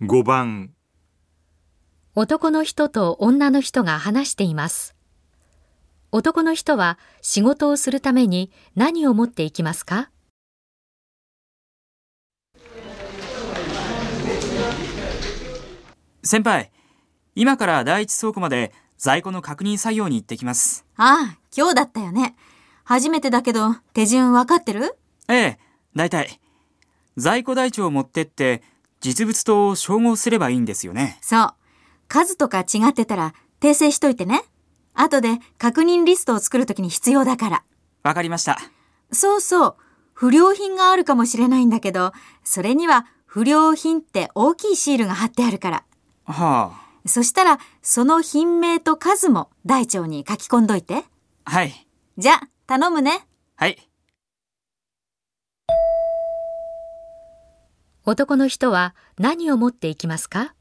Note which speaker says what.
Speaker 1: 5番
Speaker 2: 男の人と女の人が話しています。男の人は仕事をするために何を持っていきますか
Speaker 3: 先輩、今から第一倉庫まで在庫の確認作業に行ってきます。
Speaker 4: ああ、今日だったよね。初めてだけど、手順わかってる
Speaker 3: ええ、大体。在庫台帳を持ってって、実物と照合すればいいんですよね。
Speaker 4: そう。数とか違ってたら、訂正しといてね。後で確認リストを作るときに必要だから。
Speaker 3: わかりました。
Speaker 4: そうそう。不良品があるかもしれないんだけど、それには不良品って大きいシールが貼ってあるから。
Speaker 3: は
Speaker 4: そしたら、その品名と数も台帳に書き込んどいて。
Speaker 3: あ、はい、
Speaker 4: じゃ、頼むね。
Speaker 3: はい。
Speaker 2: 男の人は何を持っていきますか